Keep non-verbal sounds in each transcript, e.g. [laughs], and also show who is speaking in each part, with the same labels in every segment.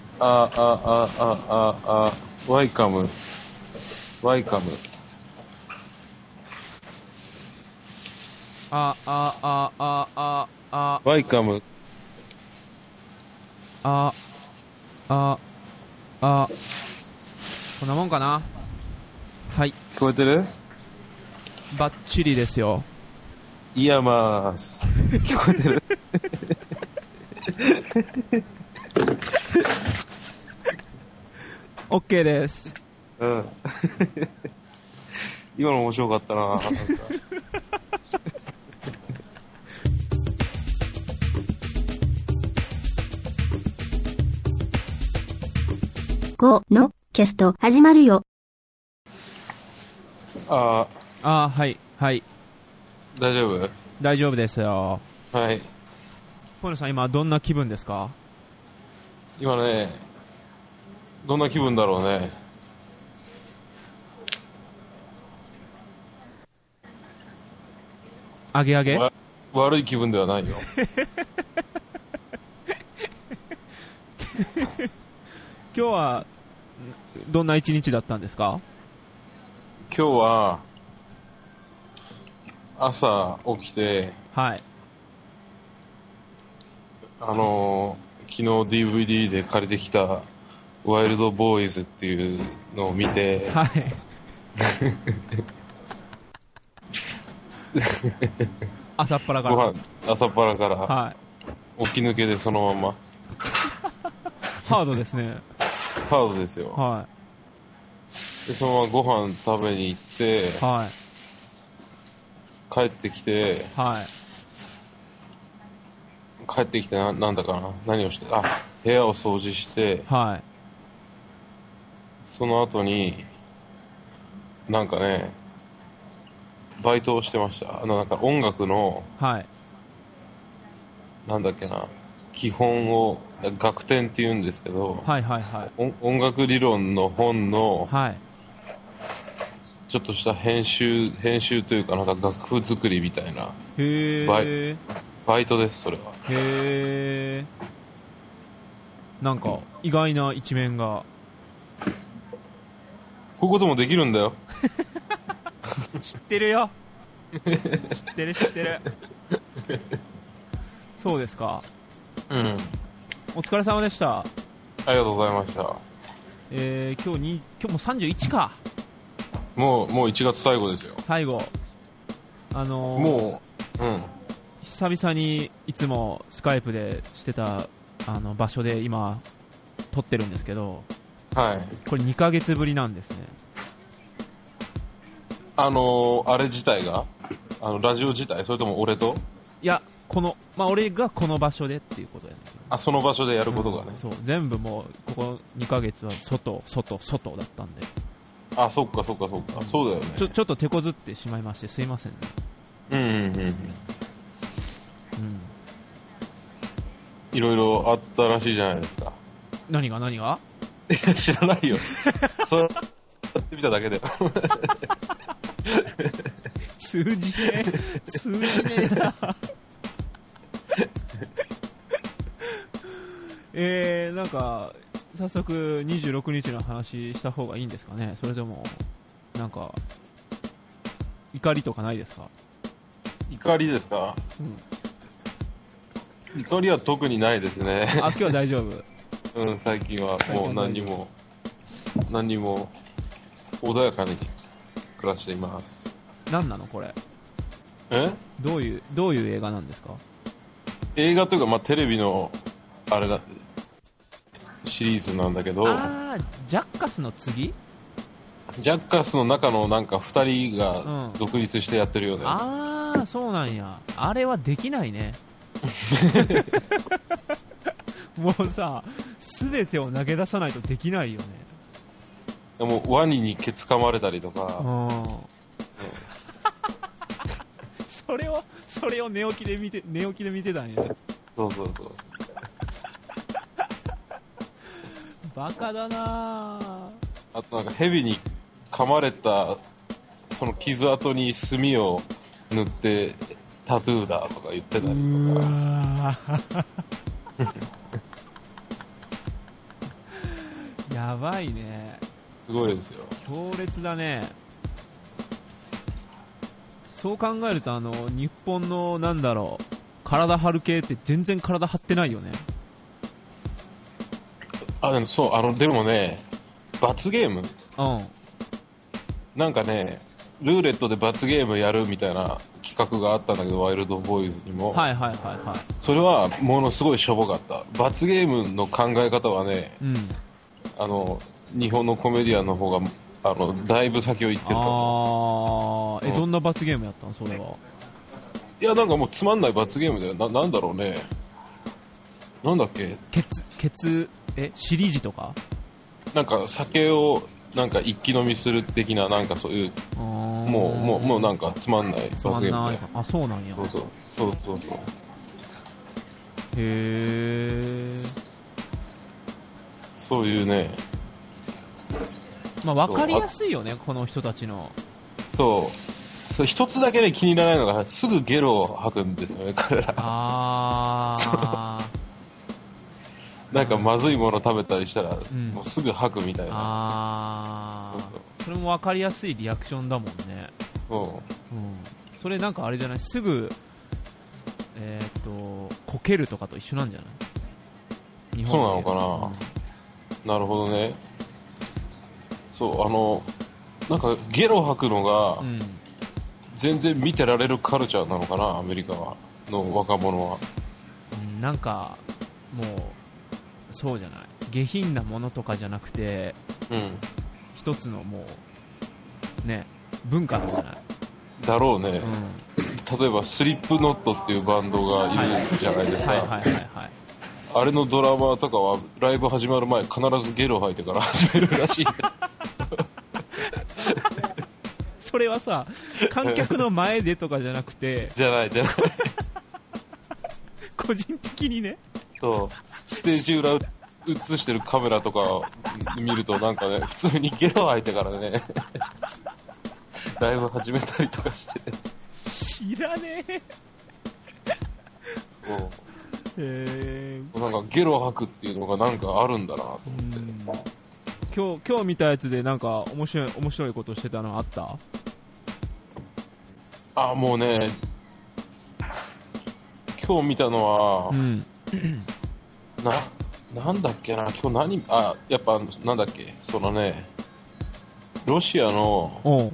Speaker 1: ああああああワイカムワイカム
Speaker 2: ああああああ
Speaker 1: ワイカム
Speaker 2: あああこんなもんかなはい
Speaker 1: 聞こえてる
Speaker 2: バッチリですよ
Speaker 1: イヤマース聞こえてる
Speaker 2: OK です
Speaker 1: うん [laughs] 今の面白かったななんか
Speaker 3: 5のキャスト始まるよ。
Speaker 1: [laughs] あ
Speaker 2: ああはいはい
Speaker 1: ー大丈夫
Speaker 2: 大丈夫ですよ
Speaker 1: はい
Speaker 2: ポルさん今どんな気分ですか
Speaker 1: 今ねどんな気分だろうね
Speaker 2: あげあげ
Speaker 1: わ悪い気分では [laughs] ないよ
Speaker 2: 今日はどんな一日だったんですか
Speaker 1: 今日は朝起きて
Speaker 2: はい
Speaker 1: あのー昨日 DVD で借りてきた「ワイルドボーイズ」っていうのを見て
Speaker 2: はい
Speaker 1: [laughs]
Speaker 2: 朝っぱらか
Speaker 1: ご
Speaker 2: ら
Speaker 1: 飯朝っぱらから
Speaker 2: はい
Speaker 1: 起き抜けでそのまま
Speaker 2: ハードですね
Speaker 1: ハードですよ
Speaker 2: は
Speaker 1: でそのままご飯食べに行って
Speaker 2: いはい
Speaker 1: 帰ってきて
Speaker 2: はい
Speaker 1: 帰ってきてななんだかな何をしてあ部屋を掃除して
Speaker 2: はい
Speaker 1: その後になんかねバイトをしてましたあのなんか音楽の
Speaker 2: はい
Speaker 1: なんだっけな基本を楽天って言うんですけど、
Speaker 2: はいはいはい
Speaker 1: 音音楽理論の本の
Speaker 2: はい
Speaker 1: ちょっとした編集編集というかなんか楽譜作りみたいな
Speaker 2: へえ、
Speaker 1: バイ
Speaker 2: へ
Speaker 1: バイトですそれは
Speaker 2: えなんか意外な一面が
Speaker 1: こういうこともできるんだよ
Speaker 2: 知ってる [laughs] よ知ってる知ってるそうですか
Speaker 1: うんあ
Speaker 2: お疲れ様でした
Speaker 1: りがとうございました
Speaker 2: えー、今日に今日も31か
Speaker 1: もうもう1月最後ですよ
Speaker 2: 最後あのー、
Speaker 1: もううん
Speaker 2: 久々にいつもスカイプでしてたあの場所で今撮ってるんですけど
Speaker 1: はい
Speaker 2: これ2ヶ月ぶりなんですね
Speaker 1: あのー、あれ自体があのラジオ自体それとも俺と
Speaker 2: いやこのまあ俺がこの場所でっていうことやね
Speaker 1: あその場所でやることがね、
Speaker 2: そう全部もうここ2ヶ月は外外外だったんで
Speaker 1: あそっかそっかそっかそうだよね
Speaker 2: ちょちょっと手こずってしまいましてすいませんね
Speaker 1: うんうんうん
Speaker 2: うん
Speaker 1: いろいろあったらしいじゃないですか
Speaker 2: 何が何が
Speaker 1: いや知らないよそれやってみただけで
Speaker 2: 数字ね数字ね [laughs] えー、なんか早速26日の話した方がいいんですかねそれともなんか怒りとかないですか、
Speaker 1: 怒りですか
Speaker 2: うん、
Speaker 1: 怒りは特にないですね、
Speaker 2: あ今日は大丈夫
Speaker 1: うん、最近はもう何にも何にも穏やかに暮らしています
Speaker 2: 何なのこれ
Speaker 1: え
Speaker 2: どういうどういう映画なんですか
Speaker 1: 映画というか、まあ、テレビのあれだシリーズなんだけど
Speaker 2: ああジャッカスの次
Speaker 1: ジャッカスの中のなんか2人が
Speaker 2: うん
Speaker 1: 独立してやってるよね、
Speaker 2: ああそうなんやあれはできない [laughs] ねもうさ全てを投げ出さないとできないよね
Speaker 1: でもワニにケツかまれたりと
Speaker 2: う
Speaker 1: か、
Speaker 2: ん [laughs] それをそれを寝起きで見て寝起きで見てたんや
Speaker 1: そうそうそう
Speaker 2: バカだなあ
Speaker 1: あとなんか蛇に噛まれたその傷跡に墨を塗ってタトゥーだとか言ってたりとか
Speaker 2: わー [laughs] やばいね。
Speaker 1: すごいですよ。
Speaker 2: 強烈だね。そう考えると、あの、日本の、なんだろう、体張る系って全然体張ってないよね。
Speaker 1: あ、でもそう、あの、でもね、罰ゲーム
Speaker 2: うん。
Speaker 1: なんかね、ルーレットで罰ゲームやるみたいな企画があったんだけど、ワイルドボーイズにも。
Speaker 2: はいはいはいはい。
Speaker 1: それはものすごいしょぼかった。罰ゲームの考え方はね、
Speaker 2: うん。
Speaker 1: あの、日本のコメディアンの方が、あの、だいぶ先を行ってると思
Speaker 2: あー、
Speaker 1: う
Speaker 2: え、
Speaker 1: ん
Speaker 2: どんな罰ゲームやったのそれは。
Speaker 1: う。いや、なんかもうつまんない罰ゲームだよ。な、なんだろうね。なんだっけ
Speaker 2: ケツ、ケツ、え、シリージとか
Speaker 1: なんか酒を、なんか一気飲みする的な、なんかそういう、
Speaker 2: も
Speaker 1: もう、もう、もうなんかつまんない
Speaker 2: つま
Speaker 1: 罰ゲー
Speaker 2: ん
Speaker 1: ム
Speaker 2: な
Speaker 1: だ
Speaker 2: い
Speaker 1: よ。。
Speaker 2: あ、そうなんや。
Speaker 1: そうそう。そうそうそう。
Speaker 2: へー。
Speaker 1: そういうね、
Speaker 2: まあ、わかりやすいよね、この人た
Speaker 1: [laughs]
Speaker 2: ちの。
Speaker 1: そう。そう一つだけね、気に入らないのが、すぐゲロを吐くんですよね、彼ら。
Speaker 2: あー。
Speaker 1: なんかまずいもの食べたりしたら、
Speaker 2: ん
Speaker 1: もうすぐ吐くみたいな。
Speaker 2: あ
Speaker 1: そうそう
Speaker 2: ーそれも分かりやすいリアクションだもんね、
Speaker 1: そ
Speaker 2: うん、それなんかあれじゃないすぐえーっ、とこけるとかと一緒なんじゃない日本で
Speaker 1: そうなのかう。なるほどね。そう、あの、なんかゲロ吐くのが
Speaker 2: うん、うん
Speaker 1: 全然見てられるカルチャーなのかな、アメリカは。の若者は。
Speaker 2: うんなんかもうそうじゃない下品なものとかじゃなくて
Speaker 1: うん。
Speaker 2: 一つのもうね文化なんじゃない、
Speaker 1: だろうね。
Speaker 2: う
Speaker 1: 例えば、スリップノットっていうバンドがいるじゃないで
Speaker 2: ん、
Speaker 1: すか。
Speaker 2: はいはいはいはい
Speaker 1: あれのドラマーとかは、ライブ始まる前、必ずゲロ吐いてから始めるらしいね。
Speaker 2: それはさ観客の前でとかじゃなくて
Speaker 1: じゃない、じゃない。
Speaker 2: 個人的にね
Speaker 1: そう、ステージ裏映してるカメラとか見ると、なんかね、普通にゲロ吐いてからね、ライブ始めたりとかして、
Speaker 2: 知らねえ
Speaker 1: そ
Speaker 2: へ
Speaker 1: うなんかゲロ吐くっていうのがなんかあるんだなと思って。
Speaker 2: 今日今日見たやつでなんか面白い面白いことしてたのあった
Speaker 1: あ、もうね、今日見たのは、
Speaker 2: ん
Speaker 1: な、なんだっけな、今日何、あ、やっぱなんだっけ、そのね、ロシアの
Speaker 2: おう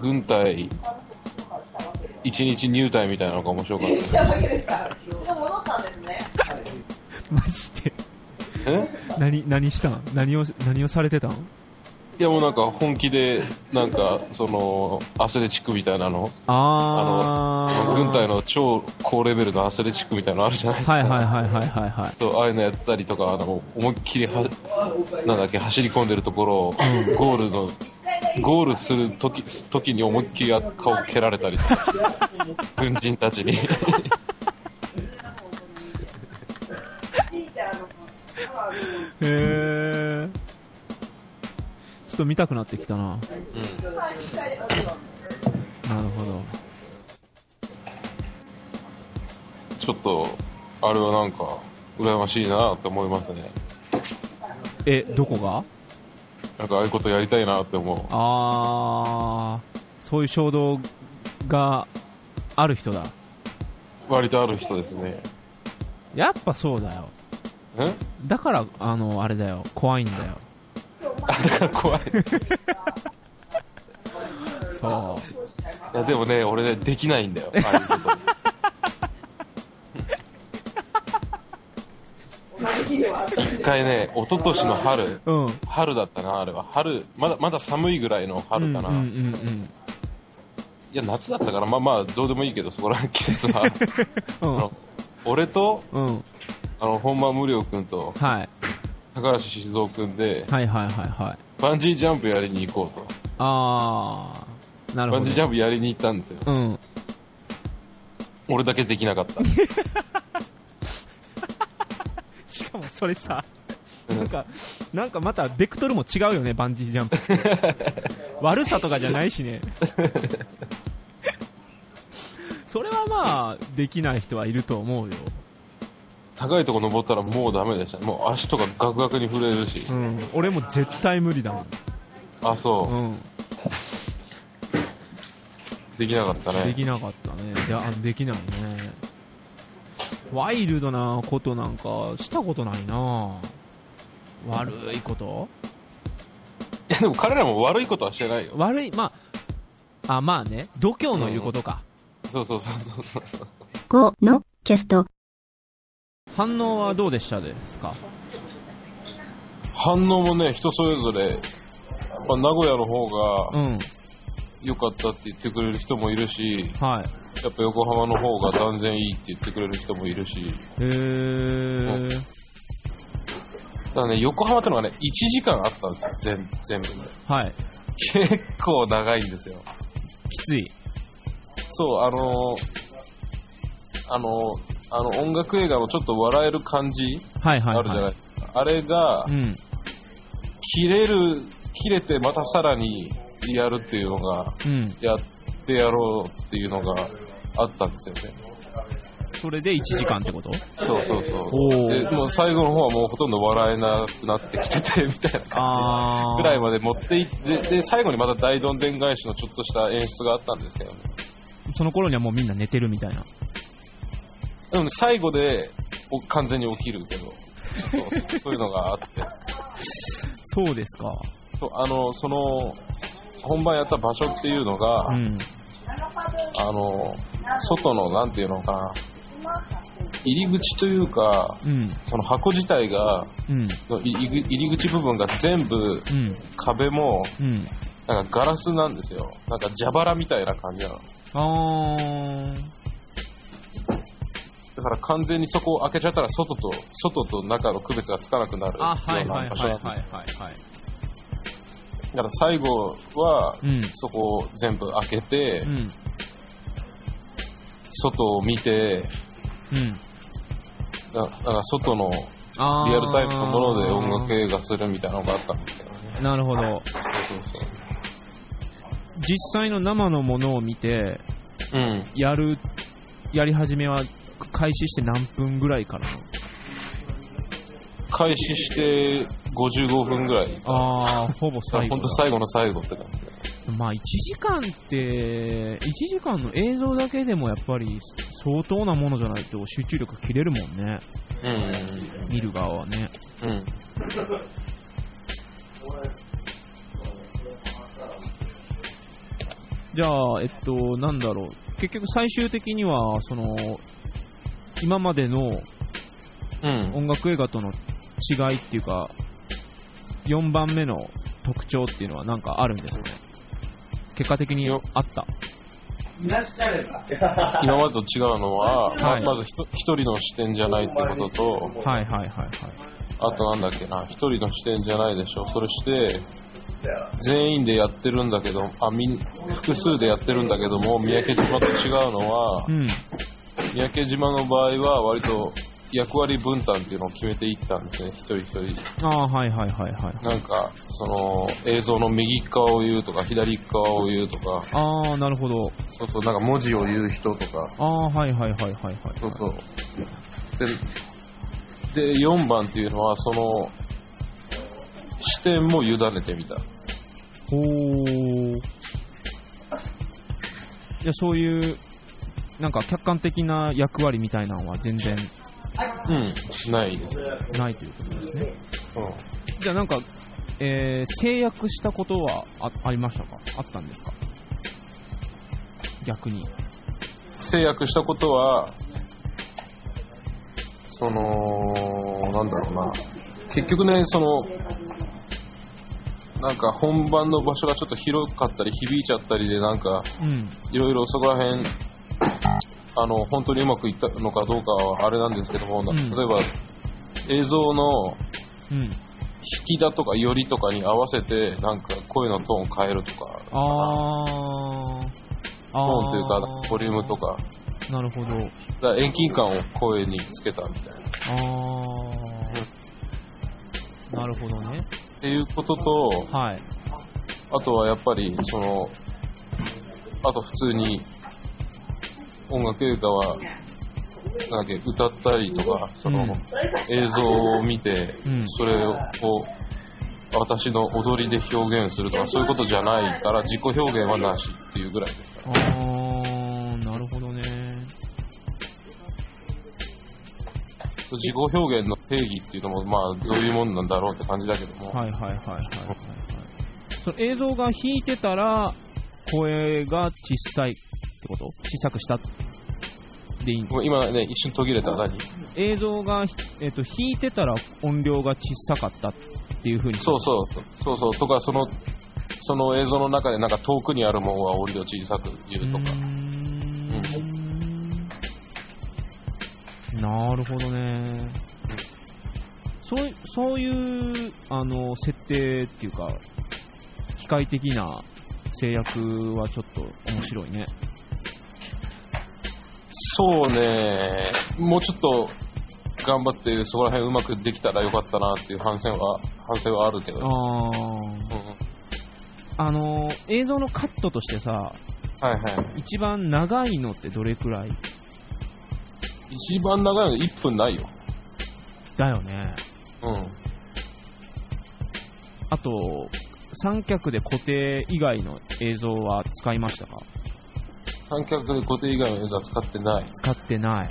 Speaker 1: 軍隊、一日入隊みたいなのが面白かった。
Speaker 4: もう戻ったんですね。
Speaker 2: マジで [laughs]
Speaker 1: え
Speaker 2: 何何したん何を何をされてたん
Speaker 1: いやもうなんか本気でなんかそのアスレチックみたいなの
Speaker 2: あー
Speaker 1: 軍隊の超高レベルのアスレチックみたいなのあるじゃないですか、
Speaker 2: はいはいはいはいはいはい
Speaker 1: そうああいうのやってたりとかあの思いっきりはなんだっけ走り込んでるところをゴールのゴールする時時に思いっきり顔を蹴られたりとかして軍人たちに [laughs]
Speaker 2: へえちょっと見たくなってきたな、なるほど
Speaker 1: ちょっとあれはなんか羨ましいなって思いますね
Speaker 2: えどこが
Speaker 1: なんかああいうことやりたいなって思
Speaker 2: あーそういう衝動がある人だ
Speaker 1: う割とある人ですね
Speaker 2: やっぱそうだよ
Speaker 1: ん [laughs]
Speaker 2: だからあのあれだよ怖いんだよ
Speaker 1: あだから怖い
Speaker 2: そ
Speaker 1: いやでもね俺ねできないんだ
Speaker 2: [laughs]
Speaker 1: よああいうこと一回ね一昨年の春
Speaker 2: ううん
Speaker 1: 春だったなあれは春まだまだ寒いぐらいの春かな、
Speaker 2: うんうん
Speaker 1: い
Speaker 2: うんうん
Speaker 1: や夏だったからまあまあどうでもいいけどそこら辺季
Speaker 2: [laughs]
Speaker 1: 節はあ
Speaker 2: うん
Speaker 1: の俺と
Speaker 2: うん
Speaker 1: あの本間無良君と
Speaker 2: はい、
Speaker 1: 高橋静雄君で
Speaker 2: はいはいはいはい
Speaker 1: バンジージャンプやりに行こうと
Speaker 2: あーなる
Speaker 1: バ
Speaker 2: ほ
Speaker 1: ンジー
Speaker 2: ど
Speaker 1: ジャンプやりに行ったんですよ
Speaker 2: うん
Speaker 1: 俺だけできなかった
Speaker 2: しかもそれさ
Speaker 1: うん
Speaker 2: なんかなんかまたベクトルも違うよねバンジージャンプって
Speaker 1: [laughs]
Speaker 2: 悪さとかじゃないしねそれはまあできない人はいると思うよ
Speaker 1: 高いとこ登ったらもうダメでしたもう足とかガクガクに震えるし
Speaker 2: うん、俺も絶対無理だもん、
Speaker 1: あそう、
Speaker 2: うん、
Speaker 1: できなかった
Speaker 2: で
Speaker 1: ね
Speaker 2: きなかったねいやできないねワイルドなことなんかしたことないな悪いこと
Speaker 1: いやでも彼らも悪いことはしてないよ
Speaker 2: 悪いまああまあね度胸のいることか、
Speaker 1: そうそうそうそうそうそう
Speaker 3: 5のキャスト
Speaker 2: 反応はどうでしたですか
Speaker 1: 反応もね人それぞれ、まあ、名古屋の方
Speaker 2: う
Speaker 1: が
Speaker 2: ん
Speaker 1: 良かったって言ってくれる人もいるし
Speaker 2: はい
Speaker 1: やっぱ横浜の方が断然いいって言ってくれる人もいるし
Speaker 2: えー、
Speaker 1: ただね横浜ってのがね1時間あったんですよ全全部
Speaker 2: はい
Speaker 1: で結構長いんですよ
Speaker 2: きつい
Speaker 1: そう、あのあのあの音楽映画のちょっと笑える感じ
Speaker 2: はいは
Speaker 1: あ
Speaker 2: いは
Speaker 1: る
Speaker 2: い
Speaker 1: じゃないですか。あれが、
Speaker 2: うん
Speaker 1: 切れる、切れてまたさらにやるっていうのが、
Speaker 2: うん
Speaker 1: やってやろうっていうのがあったんですよね。
Speaker 2: それで1時間ってこと
Speaker 1: そうそうそ
Speaker 2: お
Speaker 1: う。で、
Speaker 2: ー
Speaker 1: もう最後の方はもうほとんど笑えなくなってきてて、みたいな感じ。
Speaker 2: あー
Speaker 1: ぐらいまで持っていって、で、最後にまた大どんでん返しのちょっとした演出があったんですけどね。
Speaker 2: その頃にはもうみんな寝てるみたいな
Speaker 1: でもね最後でお完全に起きるけど、そうそういうのがあって、
Speaker 2: そうですか
Speaker 1: そうあのその本番やった場所っていうのが、
Speaker 2: うん
Speaker 1: あの外のなんていうのかな、入り口というか、
Speaker 2: うん
Speaker 1: その箱自体が、
Speaker 2: うん
Speaker 1: の入り入り口部分が全部
Speaker 2: うん
Speaker 1: 壁も
Speaker 2: うん
Speaker 1: なんかガラスなんですよ。なんか蛇腹みたいな感じなの。
Speaker 2: あー
Speaker 1: だから完全にそこを開けちゃったら外と、外と中の区別がつかなくなるような
Speaker 2: あ
Speaker 1: 場所
Speaker 2: はいは
Speaker 1: なん
Speaker 2: いはい
Speaker 1: です
Speaker 2: はい
Speaker 1: よ。
Speaker 2: はいはい
Speaker 1: だから最後は、
Speaker 2: うん
Speaker 1: そこを全部開けて、
Speaker 2: うん
Speaker 1: 外を見て、
Speaker 2: うん
Speaker 1: ななんか外のリ
Speaker 2: あー
Speaker 1: アルタイムのもので音楽映画するみたいなのがあったんですけどね。
Speaker 2: なるほど
Speaker 1: そうそう
Speaker 2: 実際の生のものを見て
Speaker 1: そう。うん。
Speaker 2: やるやり始めは開始して何分ぐらいからなの
Speaker 1: 開始して55分ぐらい。
Speaker 2: ああほぼ最後
Speaker 1: 本当最後の最後って感じで。
Speaker 2: まあ1時間って1時間の映像だけでもやっぱり相当なものじゃないと集中力切れるもんね
Speaker 1: うん
Speaker 2: 見る側はね
Speaker 1: うんうん。うん。
Speaker 2: じゃあ、えっと、なんだろう、結局最終的には、その、今までの
Speaker 1: うん。
Speaker 2: 音楽映画との違いっていうか、4番目の特徴っていうのはなんかあるんですよね。結果的に
Speaker 1: よ
Speaker 2: あった。
Speaker 1: 今までと違うのは、
Speaker 2: はい
Speaker 1: ままずひと一人の視点じゃないってことと、
Speaker 2: はいはいはいはい。
Speaker 1: あとなんだっけな、一人の視点じゃないでしょ。それして、全員でやってるんだけど、あ、みん、複数でやってるんだけども、三宅島と違うのは
Speaker 2: う、ん。
Speaker 1: 三宅島の場合は割と役割分担っていうのを決めていったんですね、一人一人。
Speaker 2: ああ、はいはいはいはい。
Speaker 1: なんか、その、映像の右側を言うとか、左側を言うとか、
Speaker 2: ああ、なるほど。
Speaker 1: そうそう、なんか文字を言う人とか、
Speaker 2: ああ、はいはいはいはいはい。
Speaker 1: そうそう。で、で4番っていうのは、その、視点も委ねてみた。
Speaker 2: ほー。いや、そういう、なんか客観的な役割みたいなのは全然
Speaker 1: うん、ないです。
Speaker 2: ないということですね。
Speaker 1: うん。
Speaker 2: じゃあなんか、えー、制約したことはあありましたかあったんですか逆に。
Speaker 1: 制約したことは、その、なんだろうな、結局ね、その、なんか本番の場所がちょっと広かったり、響いちゃったりで、なんか、
Speaker 2: うん。
Speaker 1: いろいろそこら辺、あの、本当にうまくいったのかどうかはあれなんですけども、
Speaker 2: うん
Speaker 1: 例えば、映像の
Speaker 2: うん。
Speaker 1: 引きだとか寄りとかに合わせて、なんか声のトーン変えるとか、
Speaker 2: あー。
Speaker 1: ト
Speaker 2: あ
Speaker 1: ーンというか、ボリュームと。か、
Speaker 2: なるほど。
Speaker 1: だから遠近感を声につけたみたいな。
Speaker 2: あー。なるほどね。
Speaker 1: っていうことと、
Speaker 2: はい。
Speaker 1: あとはやっぱり、その、あと普通に、音楽映画は、なんだっけ、歌ったりとか、その、
Speaker 2: うん
Speaker 4: 誰か
Speaker 1: 映像を見て、
Speaker 2: うん
Speaker 1: それを私の踊りで表現するとか、そういうことじゃないから、自己表現はなしっていうぐらい。
Speaker 2: あー、なるほどね。
Speaker 1: 自己表現の定義っていうのも、まあ、どういうもんなんだろうって感じだけども、
Speaker 2: はいはいはいはいはい、はい。その映像が弾いてたら、声が小さいってこと小さくしたでいいん
Speaker 1: もう今ね、一瞬途切れた何
Speaker 2: 映像が、えっと、弾いてたら音量が小さかったっていうふうに。
Speaker 1: そうそう、そうそう、とか、その、その映像の中でなんか遠くにあるもんは折りを小さく言うと
Speaker 2: う
Speaker 1: か、
Speaker 2: ーんなるほどね。そういそういうあの設定っていうか、機械的な制約はちょっと面白いね。
Speaker 1: そうね、もうちょっと頑張って、そこら辺うまくできたらよかったなっていう反省は、反省はあるけど、う
Speaker 2: あー
Speaker 1: んうん、はい
Speaker 2: あの映像のカットとしてさ、
Speaker 1: はい。
Speaker 2: 一番長いのってどれくらい
Speaker 1: 一番長いの1分ないよ。
Speaker 2: だよね。
Speaker 1: うん。
Speaker 2: あと、三脚で固定以外の映像は使いましたか
Speaker 1: 三脚で固定以外の映像は使ってない。
Speaker 2: 使ってない。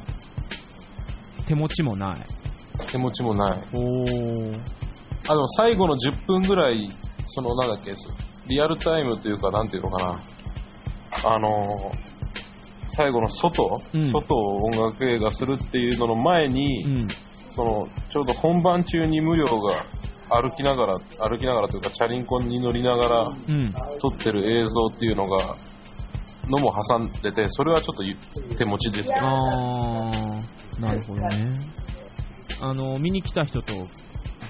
Speaker 2: 手持ちもない。
Speaker 1: 手持ちもない。
Speaker 2: おー。
Speaker 1: あ、でも最後の10分ぐらい、その、なんだっけ、そリアルタイムというか、なんていうのかな。あのー最後の外、
Speaker 2: うん
Speaker 1: 外を音楽映画するっていうのの前に、
Speaker 2: うん。
Speaker 1: その、ちょうど本番中に無料が歩きながら、歩きながらというか、チャリンコに乗りながら
Speaker 2: うん。
Speaker 1: 撮ってる映像っていうのが、のも挟んでて、それはちょっとゆ手持ちですけど。
Speaker 2: あー、なるほどね。あの、見に来た人と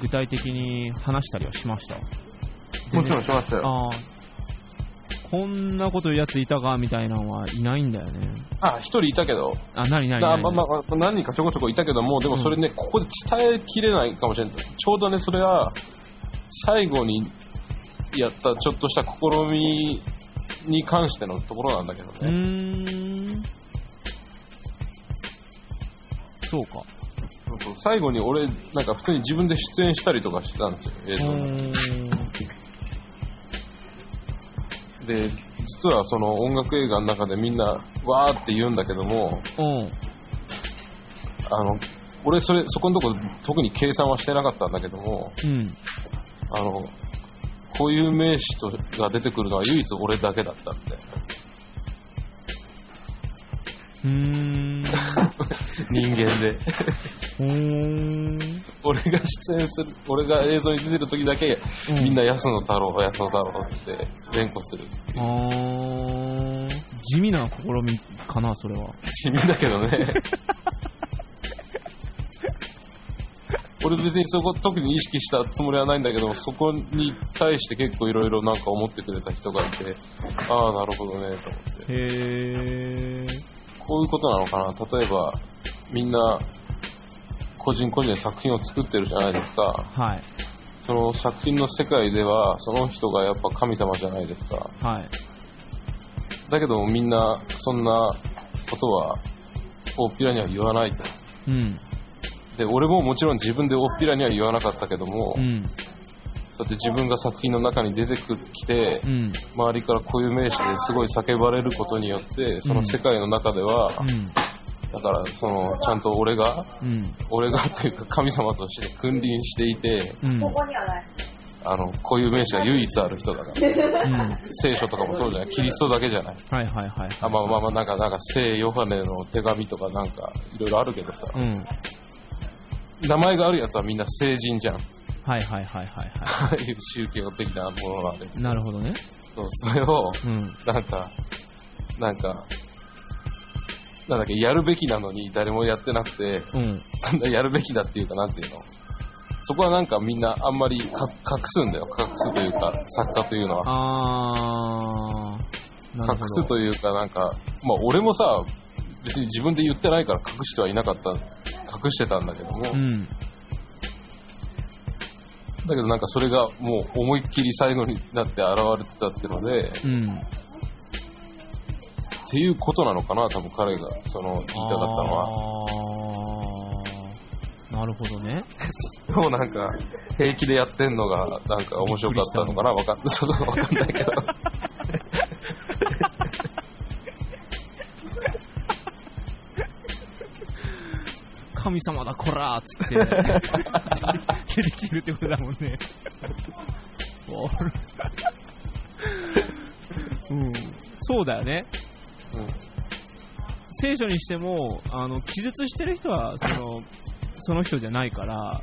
Speaker 2: 具体的に話したりはしました。
Speaker 1: もちろんしましたよ。
Speaker 2: あー。こんなこと言うやついたかみたいなのはいないんだよね。
Speaker 1: あ、一人いたけど、
Speaker 2: あ、なになに
Speaker 1: な
Speaker 2: な
Speaker 1: まあまあまあ何人かちょこちょこいたけども、でもそれね、ここで伝えきれないかもしれない。ちょうどね、それは、最後にやったちょっとした試みに関してのところなんだけど
Speaker 2: う
Speaker 1: ね。
Speaker 2: ーん。そうか。
Speaker 1: そうそう最後に俺、なんか普通に自分で出演したりとかしてたんですよ、映像に。で、実はその音楽映画の中でみんな、わーって言うんだけども、
Speaker 2: うん。うん。
Speaker 1: あの、俺それ、そこのとこ特に計算はしてなかったんだけども、
Speaker 2: うん。
Speaker 1: あの、固有名詞とが出てくるのは唯一俺だけだったみたいな。
Speaker 2: うーん。
Speaker 1: 人間で。
Speaker 2: うーん。
Speaker 1: [laughs] 俺が出演する、俺が映像に出てる時だけ、みんな安野太郎、安野太郎って連呼する。
Speaker 2: あー地味な試みかな、それは。
Speaker 1: 地味だけ [laughs] どね。俺別にそこ特に意識したつもりはないんだけど、そこに対して結構いろいろなんか思ってくれた人がいて、ああ、なるほどね、と思って。
Speaker 2: へー。
Speaker 1: こういうことなのかな例えば、みんな、個人個人で作品を作ってるじゃないですか。
Speaker 2: はい、
Speaker 1: その作品の世界では、その人がやっぱ神様じゃないですか。
Speaker 2: はい。
Speaker 1: だけどみんな、そんなことは、大っぴらには言わない。
Speaker 2: うん、
Speaker 1: で、俺ももちろん自分で大っぴらには言わなかったけども、
Speaker 2: う
Speaker 1: だ
Speaker 2: ん、
Speaker 1: って自分が作品の中に出てくきて
Speaker 2: う、ん、
Speaker 1: 周りから固有名詞ですごい叫ばれることによって、その世界の中では、だから、その、ちゃんと俺が、
Speaker 2: うん、うん、
Speaker 1: 俺がというか神様として君臨していて、
Speaker 2: うん、
Speaker 4: ここにはない。
Speaker 1: あの、こういう名詞が唯一ある人だから。
Speaker 2: うん。
Speaker 1: 聖書とかもそうじゃない。キリストだけじゃない。
Speaker 2: はいはいはい。
Speaker 1: あまあまあまあ、なんか、なんか、聖ヨハネの手紙とかなんか、いろいろあるけどさ。
Speaker 2: うん。
Speaker 1: 名前があるやつはみんな聖人じゃん。 [laughs]
Speaker 2: はいはいはいはいは
Speaker 1: ああいう宗教的なものなんで。
Speaker 2: い。なるほどね。
Speaker 1: そう、それを、
Speaker 2: うん。
Speaker 1: なんか、なんか、なんだっけ、やるべきなのに誰もやってなくて、
Speaker 2: うん。
Speaker 1: そんなやるべきだっていうか、なんていうのそこはなんかみんなあんまりか隠すんだよ。隠すというか、作家というのは。
Speaker 2: あー。なるほど
Speaker 1: 隠すというか、なんか、まあ俺もさ、別に自分で言ってないから隠してはいなかった、隠してたんだけども、
Speaker 2: う
Speaker 1: だ
Speaker 2: ん。
Speaker 1: けどなんかそれがもう思いっきり最後になって現れてたってので、
Speaker 2: うん。
Speaker 1: っっていうことなのかな、多分彼が、その、言いたかったのは。
Speaker 2: あーなるほどね。
Speaker 1: でもなんか、平気でやってんのが、なんか面白かったのかな、わかん、 [laughs] そのわかんないけど。
Speaker 2: 神様だ、こらーっつって、
Speaker 1: [laughs]
Speaker 2: 出てきてるってことだもんね。おるうん、そうだよね。
Speaker 1: うん
Speaker 2: 聖書にしても、あの、気絶してる人は、その、その人じゃないから、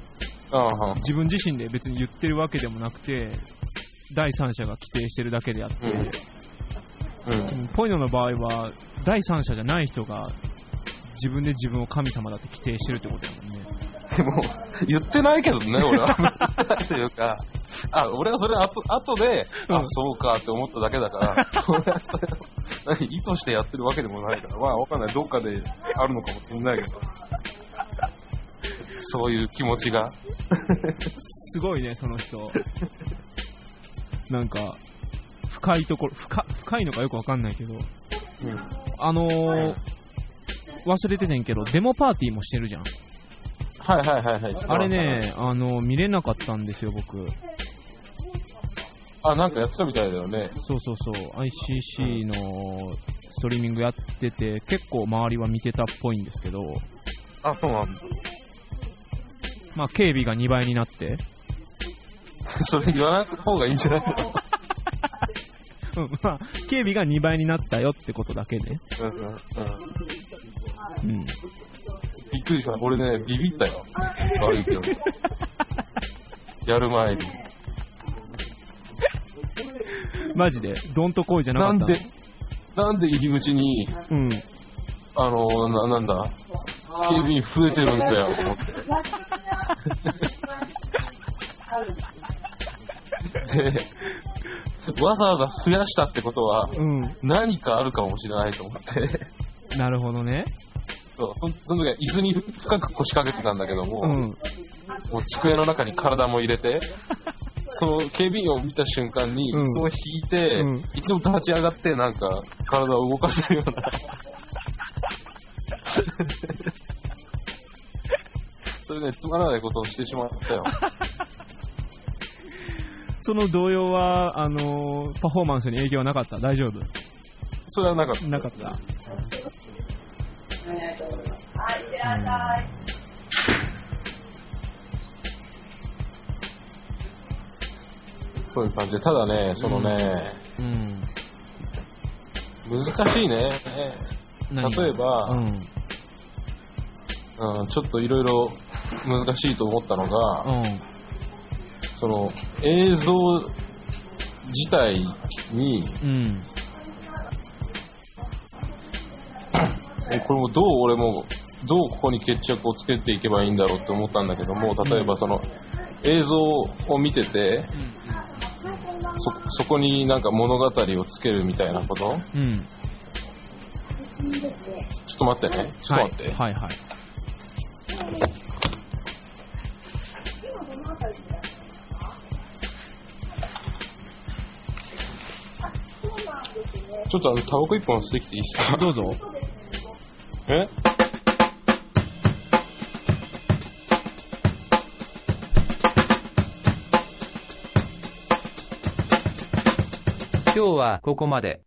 Speaker 1: ああ、
Speaker 2: 自分自身で別に言ってるわけでもなくて、第三者が規定してるだけであって、
Speaker 1: うんうん。
Speaker 2: うんポイノの場合は、第三者じゃない人が、自分で自分を神様だって規定してるってことだもんね。
Speaker 1: でも、言ってないけどね、俺は。という [laughs] か、あ、俺はそれ後、後で、
Speaker 2: う
Speaker 1: あ
Speaker 2: ん、
Speaker 1: そうかって思っただけだから、 [laughs] 俺はそれを、何意図してやってるわけでもないから、まあ、わかんない。どっかであるのかもしれないけ [laughs] ど。そういう気持ちが。
Speaker 2: すごいね、その人。なんか、深いところ、深深いのかよくわかんないけど、
Speaker 1: うん。
Speaker 2: あのー、忘れててんけど、デモパーティーもしてるじゃん。
Speaker 1: はいはいはいはい。
Speaker 2: あれ。ね、あのー見れなかったんですよ、僕。
Speaker 1: あ、なんかやってたみたいだよね。
Speaker 2: そうそうそう、ICC のストリーミングやってて、結構周りは見てたっぽいんですけど、
Speaker 1: あ、そうなんだ。
Speaker 2: まあ、警備が2倍になって、
Speaker 1: [laughs] それ言わない方がいいんじゃないの [laughs]
Speaker 2: うん、まあ、警備が2倍になったよってことだけね。
Speaker 1: うんうんうん。
Speaker 2: うん。
Speaker 1: びっくりした。俺ね、ビビったよ。悪いけど。やる前に。
Speaker 2: マジで、どんとこいじゃなか
Speaker 1: な
Speaker 2: った
Speaker 1: ん
Speaker 2: の
Speaker 1: で、なんで入り口に、
Speaker 2: うん。
Speaker 1: あのな、なんだ、警備員増えてるんだよ、と [laughs] 思って。で、わざわざ増やしたってことは、
Speaker 2: うん。
Speaker 1: 何かあるかもしれないと思って、
Speaker 2: なるほどね。
Speaker 1: そうそその時は椅子に深く腰掛けてたんだけども、
Speaker 2: うん。
Speaker 1: もう机の中に体も入れて、その警備員を見た瞬間に、
Speaker 2: うん
Speaker 1: 椅子を引いて、
Speaker 2: うん
Speaker 1: いつも立ち上がって、なんか、体を動かせるような。 [laughs] それね、つまらないことをしてしまったよ。
Speaker 2: その動揺は、あのーパフォーマンスに影響はなかった大丈夫
Speaker 1: それはなかった。
Speaker 2: なかった。
Speaker 4: はい、いってらっしゃい。
Speaker 1: そういう感じで。ただね、そのね、
Speaker 2: うん。
Speaker 1: 難しいね。
Speaker 2: 何が
Speaker 1: 例えば
Speaker 2: うん。うん。
Speaker 1: うん、ちょっといろいろ難しいと思ったのが、その映像自体に、
Speaker 2: うん。
Speaker 1: えこれもどう俺もどうここに決着をつけていけばいいんだろうって思ったんだけども例えばその映像を見ててそそこになんか物語をつけるみたいなことちょ
Speaker 2: うん。うん。
Speaker 1: っと待ってねちょっと待って、
Speaker 2: はい、はい、はい。
Speaker 1: ちょっとあのタバコ一本吸ってきていいですか
Speaker 2: どうぞ。
Speaker 1: え
Speaker 5: 今日はここまで。